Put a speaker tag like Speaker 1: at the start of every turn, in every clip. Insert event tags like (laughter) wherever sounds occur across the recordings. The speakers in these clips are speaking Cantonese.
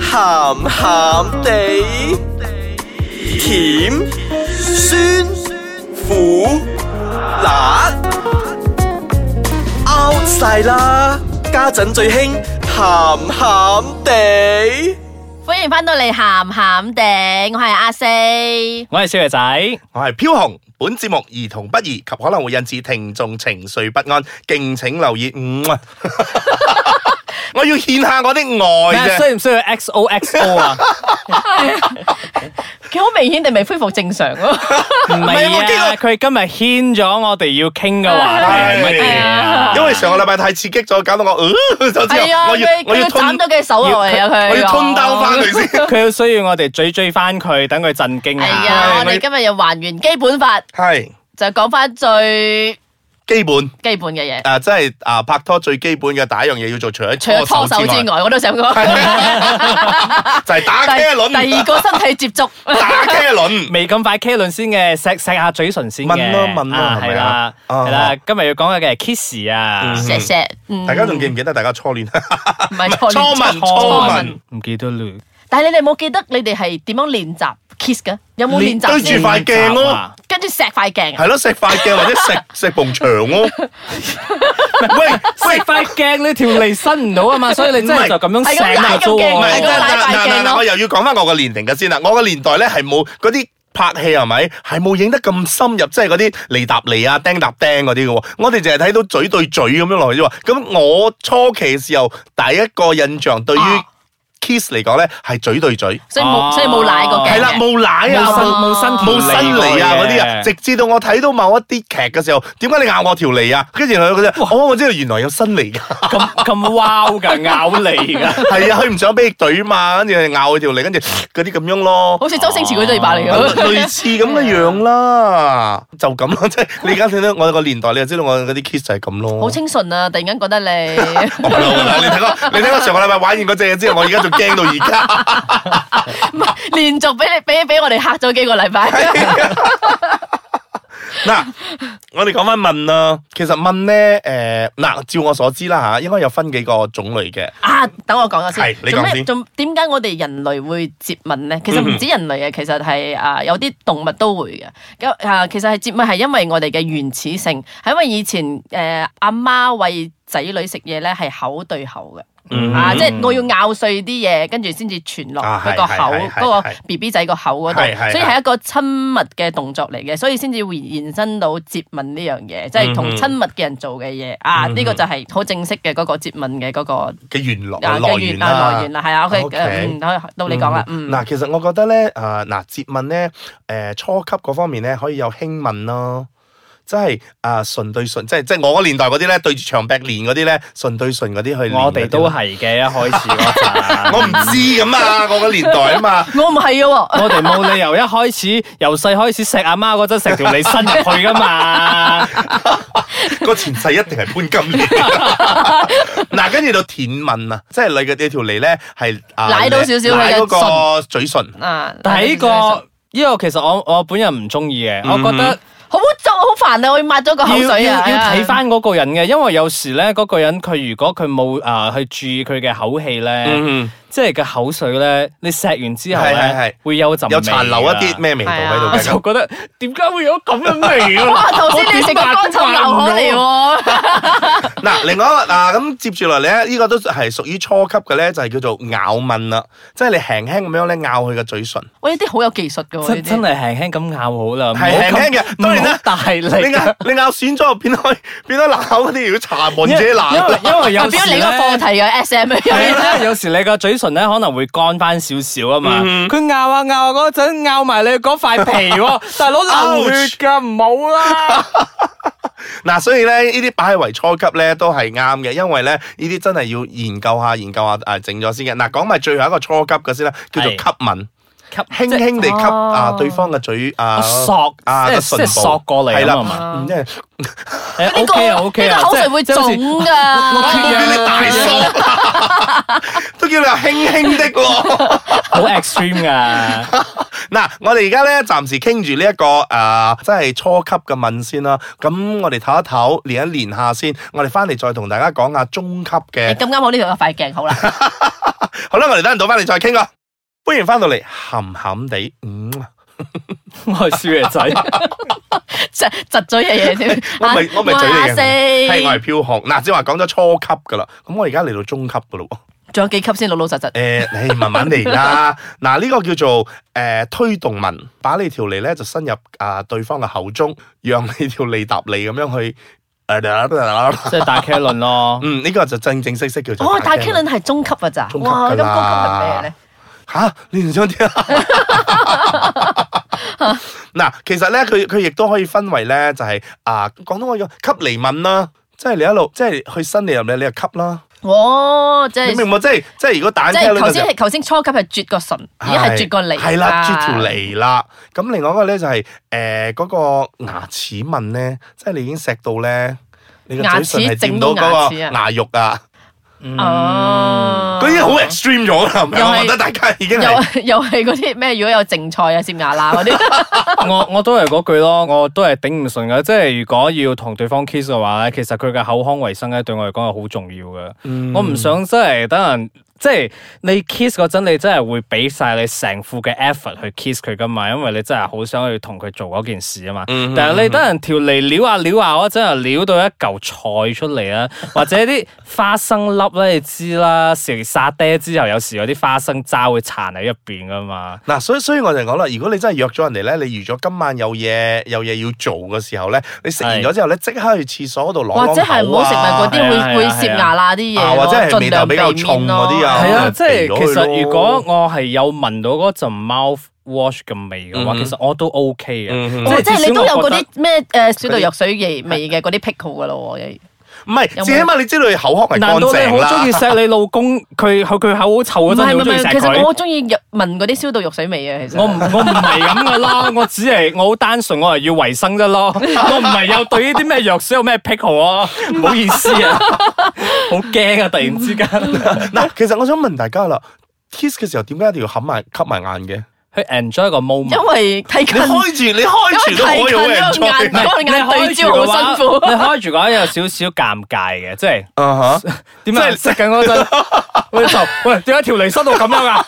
Speaker 1: 鹹鹹地，甜酸苦辣 out 晒啦！家陣最興鹹鹹地。
Speaker 2: 歡迎翻到嚟咸咸哋，我係阿四。
Speaker 3: (laughs)
Speaker 4: 我係小爺仔，
Speaker 3: 我係飄紅，本節目兒童不宜及可能會引致聽眾情緒不安，敬請留意。嗯啊 (laughs) 我要獻下我的愛啫，
Speaker 4: 需唔需要 XOXO
Speaker 3: (laughs)
Speaker 4: 啊？
Speaker 2: 佢好明顯地未恢復正常咯。
Speaker 4: 唔係
Speaker 3: 我
Speaker 4: 啊，佢今日牽咗我哋要傾嘅話
Speaker 3: (laughs)
Speaker 4: 題係乜嘢啊？
Speaker 3: 因為上個禮拜太刺激咗，搞到我，呃、就之後
Speaker 2: 係啊，
Speaker 3: 我要
Speaker 2: 佢
Speaker 3: 我
Speaker 2: 佢
Speaker 3: 要
Speaker 2: 要斬
Speaker 3: 吞
Speaker 2: 咗佢手落嚟啊！佢
Speaker 3: 我要吞兜翻佢先。
Speaker 4: 佢要需要我哋追追翻佢，等佢震驚
Speaker 2: 係
Speaker 4: 下。
Speaker 2: 啊，
Speaker 3: 係
Speaker 2: 我哋今日又還原基本法，
Speaker 3: 係
Speaker 2: 就講翻最
Speaker 3: 基本
Speaker 2: 基本嘅嘢。
Speaker 3: 啊，即係啊拍拖最基本嘅第一樣嘢要做，除咗
Speaker 2: 除咗拖
Speaker 3: 拖
Speaker 2: 手
Speaker 3: 手
Speaker 2: 之
Speaker 3: 之外，
Speaker 2: 外，我都想講。
Speaker 3: 就係打
Speaker 2: 第
Speaker 3: 車
Speaker 2: 第二
Speaker 3: 輪，
Speaker 2: 個身體接
Speaker 3: (laughs)
Speaker 2: 觸，
Speaker 3: 打車輪。
Speaker 4: 未咁快 K 輪先嘅，錫錫下嘴唇先嘅。
Speaker 3: 問咯問咯
Speaker 4: 啊
Speaker 3: 係
Speaker 4: 係
Speaker 3: 咪
Speaker 4: 啦
Speaker 3: 啊，
Speaker 4: 係
Speaker 3: 啊
Speaker 4: 啦。今日要講嘅嘅係 kiss 啊，
Speaker 2: 錫錫，嗯
Speaker 3: 大家仲記唔記得大家初戀？ (laughs)
Speaker 2: 唔係初
Speaker 3: 初吻
Speaker 2: 戀
Speaker 3: 初吻
Speaker 4: 唔記得嘞。
Speaker 2: 但係你哋有冇記得你哋係點樣練習 kiss 嘅？有冇練習
Speaker 3: 對住
Speaker 2: 先？
Speaker 3: 塊鏡咯。
Speaker 2: 跟住錫塊鏡啊
Speaker 3: 係咯，食塊鏡或者食食埲牆咯。喂
Speaker 4: 喂，
Speaker 3: 喂，
Speaker 4: 塊鏡你條脷伸唔到啊嘛，所以你真係就咁樣
Speaker 2: 係咁
Speaker 4: 醒下
Speaker 2: 係咁
Speaker 4: 啫
Speaker 2: 鏡
Speaker 3: 唔
Speaker 4: 喎
Speaker 3: 哦係
Speaker 2: 係。咁
Speaker 3: 嗱
Speaker 2: 拉塊
Speaker 3: 嗱
Speaker 2: 鏡
Speaker 3: 嗱
Speaker 2: 咯
Speaker 3: 嗱，我又要講翻我個年齡嘅先啦。我個年代咧係冇嗰啲。拍戲啊係咪係冇影得咁深入，即係嗰啲嚟搭嚟啊、釘搭釘嗰啲嘅喎。我哋淨係睇到嘴對嘴咁樣落去啫喎。咁我初期嘅時候，第一個印象對於
Speaker 2: 啊
Speaker 3: kiss 嚟講咧係嘴對嘴，
Speaker 2: 所以冇，
Speaker 4: 哦
Speaker 2: 所以冇奶個鏡嘅。
Speaker 3: 係啦，冇奶啊，
Speaker 4: 冇新
Speaker 3: 冇
Speaker 4: 冇新條
Speaker 3: 冇新嚟啊嗰啲啊，直至到我睇到某一啲劇嘅時候，點解你咬我條脷啊？跟住佢覺得，哦，我知道原來有新嚟㗎。
Speaker 4: 咁咁 wow 噶，咬脷噶。
Speaker 3: 係啊，佢唔想俾佢懟嘛，跟住咬佢條脷，跟住嗰啲咁樣咯，
Speaker 2: 好似周星馳嗰對白嚟咁。
Speaker 3: 類似咁嘅樣啦，就咁咯，即係你而家睇到我個年代，你就知道我嗰啲 kiss 就係咁咯。
Speaker 2: 好清純啊！突然間覺得你
Speaker 3: 我老啦，你睇我，你睇我上個禮拜玩完嗰只嘢之後，我而家仲驚到而家。
Speaker 2: (laughs)
Speaker 3: (laughs)
Speaker 2: 連續俾你俾俾我哋嚇咗幾個禮拜，
Speaker 3: 嗱，我哋講翻問啦，其實問咧，誒、嗱，照我所知啦嚇，應該有分幾個種類嘅。
Speaker 2: 啊！等我講下先
Speaker 3: 係，你
Speaker 2: 做
Speaker 3: 講
Speaker 2: 咩？
Speaker 3: 先嗯
Speaker 2: 做點解我哋人類會接吻咧？其實唔止人類嘅，其實係啊有啲動物都會嘅。咁啊，其實係接吻係因為我哋嘅原始性，係因為以前誒阿媽餵仔女食嘢咧係口對口嘅。
Speaker 3: 嗯
Speaker 2: 啊！即係我要咬碎啲嘢，跟住先至傳落
Speaker 3: 啊
Speaker 2: 佢個
Speaker 3: 係
Speaker 2: 口
Speaker 3: 係係
Speaker 2: 嗰個
Speaker 3: 係
Speaker 2: B B 仔個口嗰度
Speaker 3: 係，係
Speaker 2: 所以
Speaker 3: 係
Speaker 2: 係一個親密嘅動作嚟嘅，所以先至會延伸到接吻呢樣嘢，即係同
Speaker 3: 嗯哼嗯
Speaker 2: 親密嘅人做嘅嘢啊！呢個就係好正式嘅嗰個接吻嘅嗰個啊
Speaker 3: 嘅原來
Speaker 2: 嘅
Speaker 3: 來
Speaker 2: 源
Speaker 3: 源
Speaker 2: 啊
Speaker 3: 啦，
Speaker 2: 來源啦，係啊，OK，
Speaker 3: OK
Speaker 2: 嗯，好到你講啦，嗯，
Speaker 3: 嗱，其實我覺得咧，誒嗱，接吻咧，誒初級嗰方面咧，可以有輕吻咯，即係啊唇對唇，即係即係我嗰年代嗰啲咧，對住牆壁練嗰啲咧，唇對唇嗰啲去練嗰啲
Speaker 4: (laughs)
Speaker 3: 啦。
Speaker 4: 我哋都係嘅，一開始嗰
Speaker 3: (laughs)
Speaker 4: 陣，
Speaker 3: 我唔知咁啊，我個年代啊嘛，
Speaker 2: 我唔係嘅喎，
Speaker 4: 我哋冇理由一開始由細開始錫阿媽嗰陣成條脷伸入去噶嘛，
Speaker 3: 個前世一定係潘金蓮。
Speaker 2: (laughs)
Speaker 3: 嗱，跟住到舔吻啊，即係你嘅你條脷咧係啊
Speaker 2: 舐到少少佢嘅
Speaker 3: 舐嗰個嘴唇，
Speaker 2: 啊，
Speaker 4: 但係呢個。呢個其實我我本人唔中意嘅，我覺得
Speaker 2: 好污糟，好煩啊！我要抹咗個口
Speaker 4: 要要
Speaker 2: 水啊！
Speaker 4: 要睇翻嗰個人嘅，因為有時咧嗰個人佢如果佢冇啊去注意佢嘅口氣咧，
Speaker 3: 嗯，
Speaker 4: 即係嘅口水咧，你錫完之後
Speaker 3: 係係係
Speaker 4: 咧會有陣
Speaker 3: 有殘留一
Speaker 4: 味㗎
Speaker 3: 啲咩味道喺
Speaker 2: 係啊
Speaker 3: 度
Speaker 4: (laughs) 我
Speaker 3: 嘅
Speaker 4: 就覺得點解會有咁嘅味啊？
Speaker 2: 哇！頭先你食個乾臭牛河嚟喎，
Speaker 3: 嗱，另外一個嗱咁接住落嚟咧，呢、個都係屬於初級嘅咧，就係、叫做咬吻啦，即係你輕輕咁樣咧咬佢嘅
Speaker 4: (laughs)
Speaker 3: 嘴唇，
Speaker 2: 喂，呢啲好有技術嘅喎，哦呢
Speaker 4: 真
Speaker 2: 啲
Speaker 4: 真係輕輕咁咬好啦，唔好
Speaker 3: 係輕輕
Speaker 4: 咁
Speaker 3: 嘅。當然
Speaker 4: 唔好
Speaker 3: 啦，
Speaker 4: 大力啊。
Speaker 3: 你咬你咬損咗，變開 (laughs) 變咗鬧嗰啲，如果茶門
Speaker 4: 因
Speaker 3: 者
Speaker 4: 為因為
Speaker 3: 鬧。
Speaker 4: 因為
Speaker 2: 代啊
Speaker 4: 有
Speaker 2: 表
Speaker 4: 時
Speaker 2: 你個課題
Speaker 4: 咧。
Speaker 2: 嘅 S.M. 入
Speaker 4: 係
Speaker 2: 面
Speaker 4: 啦，有時你個嘴唇咧可能會乾翻少少啊嘛，
Speaker 3: 嗯
Speaker 4: 佢咬啊咬啊嗰陣咬埋你嗰塊皮喎，
Speaker 3: (laughs)
Speaker 4: 大佬流血㗎，唔好啦。
Speaker 3: 嗱，所以咧呢啲擺為初級咧都係啱嘅，因為咧呢啲真係要研究下研究下誒整咗先嘅。嗱，講埋最後一個初級嘅先啦，叫做
Speaker 4: 係
Speaker 3: 吸吻，
Speaker 4: 吸
Speaker 3: (laughs) 輕輕地吸
Speaker 2: 哦
Speaker 3: 啊對方嘅嘴啊
Speaker 4: 索
Speaker 3: 啊
Speaker 4: 即係
Speaker 3: 個
Speaker 4: 即係
Speaker 3: 唇部
Speaker 4: 索過嚟
Speaker 3: 係啦
Speaker 4: 啊嘛，
Speaker 3: 嗯因為
Speaker 4: 誒
Speaker 2: 呢個
Speaker 4: OK 啊 OK 啊，
Speaker 2: 呢個口
Speaker 4: 即係
Speaker 2: 水會
Speaker 4: 即係好似
Speaker 2: 腫噶。
Speaker 3: 叫
Speaker 4: (laughs)
Speaker 3: 你大叔， (laughs) 都叫你話輕輕的咯。
Speaker 4: 好 extreme 㗎。
Speaker 3: 嗱，我哋而家咧暫時傾住呢一個誒、呃即係初級嘅問先啦。咁我哋唞一唞，練一練下先。我哋翻嚟再同大家講下中級
Speaker 2: 你
Speaker 3: 嘅。
Speaker 2: 咁啱好呢度有塊鏡好啦，
Speaker 3: 好啦，我哋等陣到翻嚟再傾啊！歡迎翻到嚟，鹹鹹地，嗯，
Speaker 4: 我係少爺
Speaker 2: (laughs)
Speaker 4: 仔，
Speaker 2: 窒窒咗嘢嘢添。
Speaker 3: 我咪我咪嘴你
Speaker 2: 阿四，
Speaker 3: 嘅，係我係飄紅。嗱，正話講咗初級噶啦，咁我而家嚟到中級噶咯喎。
Speaker 2: 仲有幾級先老老實實？
Speaker 3: 誒、你慢慢嚟啦。嗱，呢個叫做誒、推動文，把你條脷咧就伸入啊、對方嘅口中，讓你條脷搭脷咁樣去。呃誒
Speaker 4: 即係大 K 輪咯。
Speaker 3: 嗯，呢、個就正正式式叫做
Speaker 2: 哦，
Speaker 3: 打
Speaker 2: 但係
Speaker 3: K
Speaker 2: k
Speaker 3: 輪
Speaker 2: n 係中級啊咋？
Speaker 3: 中級㗎
Speaker 2: 哇，咁高級
Speaker 3: 啦
Speaker 2: 係咩咧？
Speaker 3: 吓，你唔
Speaker 2: (laughs)
Speaker 3: 想聽啊？嗱，其實咧，佢佢亦都可以分為咧，就係、啊廣東話叫吸嚟問啦，即係你一路即係去伸脷入嚟，你就吸啦。
Speaker 2: 哦，即
Speaker 3: 你
Speaker 2: 係
Speaker 3: 明唔明？即係即係如果打
Speaker 2: 即
Speaker 3: K
Speaker 2: 係
Speaker 3: 輪
Speaker 2: 頭
Speaker 3: 嘅時
Speaker 2: 先
Speaker 3: 候
Speaker 2: 係頭先初級係啜個唇，而家係啜個脷。
Speaker 3: 係啦，啜條
Speaker 2: 啊。
Speaker 3: 脷啦。咁另外一個咧就係誒嗰個牙齒紋咧，即係你已經錫到咧，你個
Speaker 2: 牙
Speaker 3: 嘴
Speaker 2: 齒
Speaker 3: 唇係掂到嗰個
Speaker 2: 整到牙齒啊
Speaker 3: 牙肉啊，
Speaker 2: 哦，
Speaker 3: 嗯嗰啲好 extreme 咗啦，係咪？
Speaker 2: 又係
Speaker 3: 我覺得大家已經係
Speaker 2: 又又係嗰啲咩？如果有剩菜啊、攝牙罅嗰
Speaker 3: (laughs)
Speaker 2: 啲，
Speaker 4: (laughs) 我我都係嗰句咯，我都係頂唔順嘅。即係如果要同對方 kiss 嘅話咧，其實佢嘅口腔衞生咧對我嚟講係好重要嘅。我唔想真係等人。即係你 kiss 嗰陣，你真係會俾晒你成副嘅 effort 去 kiss 佢噶嘛，因為你真係好想去同佢做嗰件事啊嘛。但係你等人條脷撩下撩下，我真係撩到一嚿菜出嚟啦，或者啲花生粒咧，你知啦，食沙爹之後，有時有啲花生渣會殘喺入邊噶嘛。
Speaker 3: 嗱，所以所以我就講啦，如果你真係約咗人哋咧，你預咗今晚有嘢有嘢要做嘅時候咧，你食完咗之後咧，即刻去廁所嗰度攞
Speaker 2: 或者
Speaker 3: 攞
Speaker 2: 係
Speaker 3: 口
Speaker 2: 唔好食埋嗰
Speaker 3: 啊
Speaker 2: 啲
Speaker 4: 係啊係
Speaker 2: 會
Speaker 4: 啊
Speaker 2: 會攝牙罅啲
Speaker 3: 啊
Speaker 2: 嘢
Speaker 3: 或
Speaker 2: 咯
Speaker 3: 者係味
Speaker 2: 盡
Speaker 3: 道
Speaker 2: 量
Speaker 3: 比較
Speaker 2: 避
Speaker 3: 重
Speaker 2: 免
Speaker 3: 嗰
Speaker 2: 咯。
Speaker 3: 啲啊
Speaker 4: 係啊，即
Speaker 3: 避
Speaker 4: 係
Speaker 3: 咗佢
Speaker 4: 其實如果
Speaker 3: 咯
Speaker 4: 我係有聞到嗰陣 mouth wash 嘅味嘅話，
Speaker 3: 嗯哼
Speaker 4: 其實我都 OK
Speaker 3: 嗯
Speaker 4: 嘅
Speaker 3: 哼。
Speaker 2: 哦，即係你都有嗰
Speaker 4: 至少我覺得
Speaker 2: 啲咩誒小道藥水味味嘅嗰啲 pickle 噶咯喎，
Speaker 3: 唔係，
Speaker 2: 有冇
Speaker 3: 至起碼你知道你口腔係乾
Speaker 4: 難道你
Speaker 3: 淨
Speaker 4: 好
Speaker 3: (laughs)
Speaker 4: 中意
Speaker 3: 啦。
Speaker 4: 錫你老公？佢佢佢口好臭
Speaker 2: 唔
Speaker 4: 嗰陣，
Speaker 2: 係唔
Speaker 4: 你好中意
Speaker 2: 係，
Speaker 4: 錫
Speaker 2: 其實我
Speaker 4: 佢
Speaker 2: 好？中意藥聞嗰啲消毒藥水味啊嘅，其實
Speaker 4: 我唔我唔係咁噶
Speaker 2: (laughs)
Speaker 4: 啦，我只係我好單純，我係要衞生啫咯。我唔係有對呢啲咩藥水有咩癖好
Speaker 2: (laughs)
Speaker 4: 啊，唔好意思啊，好驚啊！突然之
Speaker 2: (laughs)
Speaker 4: 間
Speaker 3: 嗱，其實我想問大家啦，kiss 嘅時候點解一定要冚埋吸埋眼嘅？
Speaker 4: 去 enjoy 個 moment
Speaker 2: (laughs) 因。為睇
Speaker 3: 你
Speaker 2: 近。
Speaker 3: 開住，你開住都可以好
Speaker 2: 因為太近啦
Speaker 3: enjoy
Speaker 2: 眼嗰個
Speaker 4: 你
Speaker 2: 眼
Speaker 4: 開
Speaker 2: 對
Speaker 4: 住
Speaker 2: 焦
Speaker 4: 嘅
Speaker 2: 好
Speaker 4: 話，
Speaker 2: 辛苦。
Speaker 4: 你開住嘅話有少少尷尬嘅，即係。
Speaker 3: (laughs) 啊哈！
Speaker 4: 點解食緊
Speaker 3: (laughs)
Speaker 4: 嗰陣，喂頭，喂點解條脷伸到咁
Speaker 2: (laughs)
Speaker 4: 樣啊？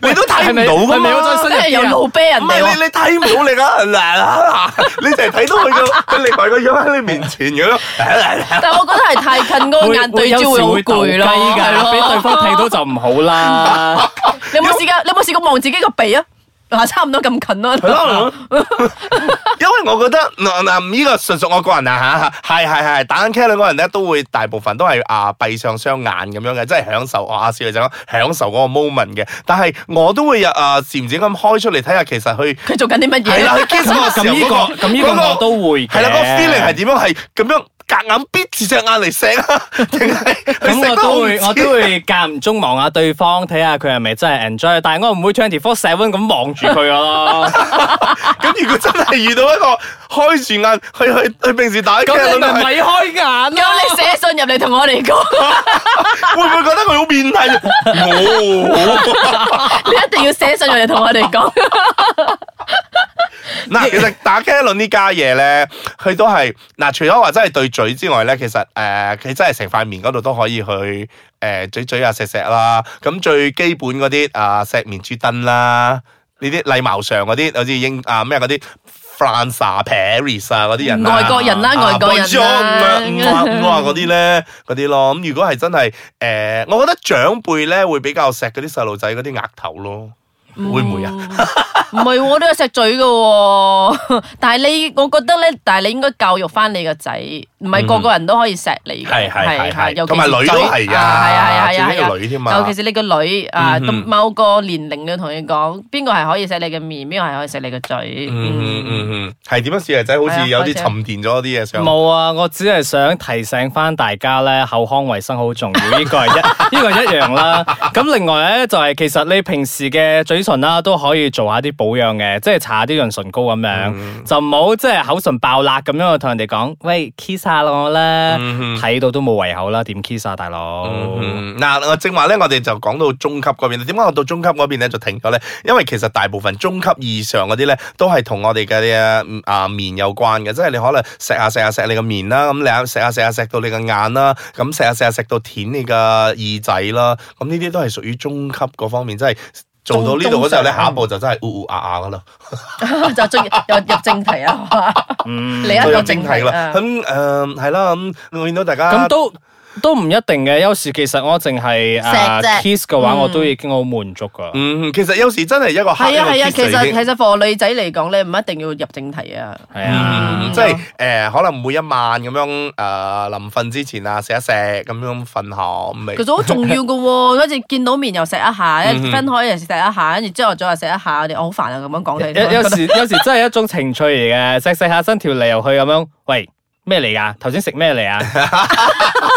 Speaker 3: 你都睇
Speaker 4: 係
Speaker 3: 唔
Speaker 4: 咪
Speaker 3: 到噶
Speaker 4: 係咪嗰
Speaker 3: 嘛
Speaker 4: 陣？
Speaker 2: 真係有老啤人
Speaker 3: 唔
Speaker 2: 哋
Speaker 3: 係你
Speaker 2: 喎。
Speaker 3: 你睇唔到你啊！嗱嗱嗱，你就係睇到佢
Speaker 2: (laughs)
Speaker 3: 個佢另外個樣喺你面前嘅咯。 (laughs)
Speaker 2: 但我覺得係太近嗰個眼對焦會好攰咯，係
Speaker 4: 㗎，
Speaker 2: 咯
Speaker 4: 俾對方睇到就唔好啦。
Speaker 2: 你有冇試過？你有冇試過望自己個鼻啊？嗱，差唔多咁近咯。
Speaker 3: (laughs) 因為我覺得嗱嗱，呢個純屬我個人啊嚇，係係係打緊 K 兩個人咧，都會大部分都係啊閉上雙眼咁樣嘅，即係享受我阿少嚟講享受嗰個 moment 嘅。但係我都會啊時唔時咁開出嚟睇下，其實佢
Speaker 2: 佢做緊啲乜
Speaker 3: (laughs) 係啦，
Speaker 2: 嘢？
Speaker 3: 佢 kiss 我嘅
Speaker 4: 咁
Speaker 3: 時候
Speaker 4: 呢
Speaker 3: 嗰個
Speaker 4: 個咁呢個我都會嘅。
Speaker 3: 係啦，嗰個 feeling 係點樣？係咁樣隔硬逼住隻眼嚟錫啊， (laughs) 定係佢
Speaker 4: 咁
Speaker 3: 錫
Speaker 4: 我
Speaker 3: 得好
Speaker 4: 都
Speaker 3: 唔
Speaker 4: 會我
Speaker 3: 知
Speaker 4: 都會間唔中望下對方，睇下佢係咪真係 enjoy，但係我唔會 twenty four seven 咁望住佢噶
Speaker 3: (laughs)
Speaker 4: 咯。
Speaker 3: (laughs) 咁如果真係遇到一個開住眼去去去平時打 K
Speaker 4: 咁你咪
Speaker 3: 輪，
Speaker 4: 咪開眼咯。
Speaker 2: 咁你寫信入嚟同我
Speaker 3: (laughs)
Speaker 2: 哋講，
Speaker 3: 會唔會覺得佢好變
Speaker 4: (laughs)
Speaker 3: 態？冇
Speaker 2: 你一定要寫信入嚟同我哋講。
Speaker 3: (laughs) 嗱，其實打 K 輪呢家嘢咧，佢都係嗱，除咗話真係對嘴之外咧，其實誒佢、真係成塊面嗰度都可以去誒、嘴嘴啊錫錫啦。咁最基本嗰啲啊錫面珠燈啦，呢啲禮貌上嗰啲好似英啊咩嗰啲。France 啊、Paris 啊嗰啲人啊，
Speaker 2: 外國人啦外國人啦
Speaker 3: 啊 Bonjour，嗯啊嗯啊嗰啲咧，嗰啲咯。咁如果係真係誒、我覺得長輩咧會比較錫嗰啲細路仔嗰啲額頭咯，
Speaker 2: 嗯
Speaker 3: 會唔會啊？
Speaker 2: (laughs) 唔係喎，我都有錫嘴嘅喎。但係你，我覺得咧，但係你應該教育翻你個仔，唔係個個人都可以錫你嘅。
Speaker 3: 係係係
Speaker 2: 係
Speaker 3: 係，
Speaker 2: 尤
Speaker 3: 同
Speaker 2: 其
Speaker 3: 埋
Speaker 2: 是嘴
Speaker 3: 女都係啊，
Speaker 2: 係啊係
Speaker 3: 最
Speaker 2: 啊係
Speaker 3: 緊
Speaker 2: 啊
Speaker 3: 要。女添嘛。
Speaker 2: 尤其是你個女啊，
Speaker 3: 嗯
Speaker 2: 到
Speaker 3: 哼
Speaker 2: 某個年齡，你同佢講，邊個係可以錫你嘅面，邊個係可以錫你嘅嘴。
Speaker 3: 嗯嗯
Speaker 2: 嗯，
Speaker 3: 嗯嗯，係點樣？小爺仔好
Speaker 2: 係啊
Speaker 3: 似有啲
Speaker 2: 開始
Speaker 3: 沉澱咗啲嘢上。
Speaker 4: 冇啊！我只係想提醒翻大家咧，口腔衞生好重要，呢個係
Speaker 3: (laughs)
Speaker 4: 一呢個係一樣啦。咁另外咧就係、其實你平時嘅嘴唇啦，都可以做下啲保養嘅，即係搽啲潤唇膏咁樣，
Speaker 3: 嗯
Speaker 4: 就唔好即係口唇爆辣咁樣去同人哋講，喂 kiss 下我啦，睇到都冇胃口啦，點 kiss 啊大佬？
Speaker 3: 嗯嗱，我正話咧，我哋就講到中級嗰邊，點解我到中級嗰邊咧就停咗咧？因為其實大部分中級以上嗰啲咧，都係同我哋嘅啲啊面有關嘅，即係你可能錫下錫下錫你個面啦，咁你啊錫下錫下錫到你個眼啦，咁錫下錫下錫到舔你個耳仔啦，咁呢啲都係屬於中級嗰方面，即係做到呢度嗰時候咧，
Speaker 2: 中中上
Speaker 3: 下一步就真係烏烏牙牙噶啦。
Speaker 2: (laughs) 就終於又入正題啦，係
Speaker 3: (laughs)
Speaker 2: 嘛
Speaker 4: 嗯
Speaker 2: 你一
Speaker 3: 都
Speaker 2: 個
Speaker 3: 有
Speaker 2: 正
Speaker 3: 正
Speaker 2: 題
Speaker 3: 題啦
Speaker 2: 啊。
Speaker 3: 咁誒係啦，咁我見到大家
Speaker 4: 咁都都唔一定嘅，有時其實我淨係啊
Speaker 2: 錫啫
Speaker 4: kiss 嘅話，
Speaker 2: 嗯
Speaker 4: 我都已經好滿足噶。
Speaker 3: 嗯，其實有時真係一個黑
Speaker 2: 係啊係
Speaker 3: 一個
Speaker 2: 啊，其
Speaker 3: kiss 就已
Speaker 2: 實
Speaker 3: 經
Speaker 2: 其實 for 女仔嚟講咧，唔一定要入正題啊。
Speaker 4: 係啊，
Speaker 3: 嗯即係誒、可能每一晚咁樣誒，臨瞓之前啊，錫一錫咁樣瞓下咁咪
Speaker 2: 其。實好重要噶
Speaker 3: (laughs)
Speaker 2: 喎，跟住見到面又錫一下，跟
Speaker 3: 嗯
Speaker 2: 住分開又錫一下，跟住之後再又錫一下，你我好煩啊！咁樣講
Speaker 3: (laughs)
Speaker 4: 有有
Speaker 2: 你，
Speaker 4: 時有時真係一種情趣嚟嘅， (laughs) 錫錫下伸條脷入去咁樣，喂咩嚟㗎？頭先食咩嚟
Speaker 3: (laughs)
Speaker 4: 啊？
Speaker 3: 啊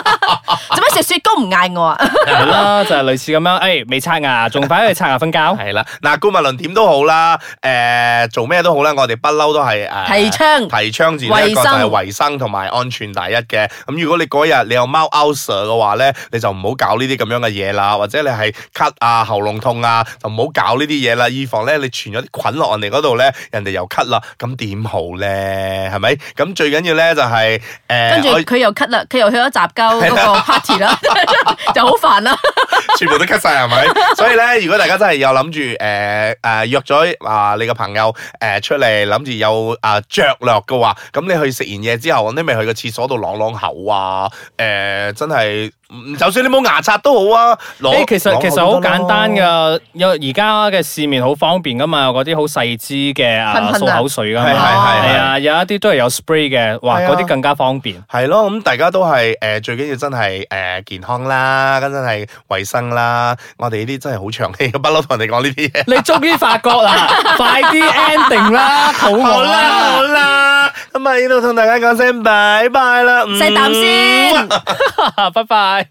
Speaker 2: 做咩食雪糕唔嗌我啊？
Speaker 4: 係啦，就係類似咁樣，誒未刷牙，仲快去刷牙瞓覺。
Speaker 3: 係啦，嗱，顧物論點都好啦，誒、做咩都好啦，我哋不嬲都係誒、啊
Speaker 2: 提倡
Speaker 3: 提倡住呢一個
Speaker 2: 衞
Speaker 3: 就
Speaker 2: 生
Speaker 3: 係衞生同埋安全第一嘅。咁如果你嗰日你有貓 ulcer 嘅話咧，你就唔好搞呢啲咁樣嘅嘢啦，或者你係咳啊、喉嚨痛啊，就唔好搞呢啲嘢啦，以防咧你傳咗啲菌落人哋嗰度咧，人哋又咳啦，咁點好咧？係咪？咁最緊要咧就係、誒，
Speaker 2: 跟住
Speaker 3: 我啊
Speaker 2: 佢又咳啦，佢又去咗雜交嗰個 party 啦， (laughs) 就好煩啦。
Speaker 3: 全部都 cut 晒係咪？
Speaker 4: (laughs)
Speaker 3: 所以咧，如果大家真係有諗住誒誒約咗啊你個朋友誒、呃出嚟，諗住有啊着落嘅話，咁你去食完嘢之後，你咪去個廁所度啷啷口啊！誒、真係，嗯就算你冇牙刷都好啊，攞、
Speaker 4: 哎誒，其實
Speaker 3: 啷
Speaker 4: 其
Speaker 3: 啷
Speaker 4: 實
Speaker 3: 口
Speaker 4: 好
Speaker 3: 都得啦
Speaker 4: 簡單。噶，有而家嘅市面好方便噶嘛，有嗰啲好細支嘅啊
Speaker 2: 噴噴啊
Speaker 4: 漱口水噶嘛，
Speaker 3: 係係係
Speaker 4: 係啊，有一啲都係有 spray 嘅，哇，
Speaker 3: 係啊
Speaker 4: 嗰啲更加方便。
Speaker 3: 係咯，咁大家都係誒、呃最緊要真係誒、呃健康啦，跟真係衞生啦。我哋呢啲真係好長氣，不嬲同人哋講呢啲嘢。
Speaker 4: 你終於發覺啦， (laughs) 快啲 ending 啦，肚
Speaker 3: 好
Speaker 4: 餓
Speaker 3: 啦
Speaker 4: 啦，
Speaker 3: 好啦，咁啊呢度同大家講聲拜拜啦，嗯
Speaker 2: 細啖先。
Speaker 4: (laughs) 拜拜。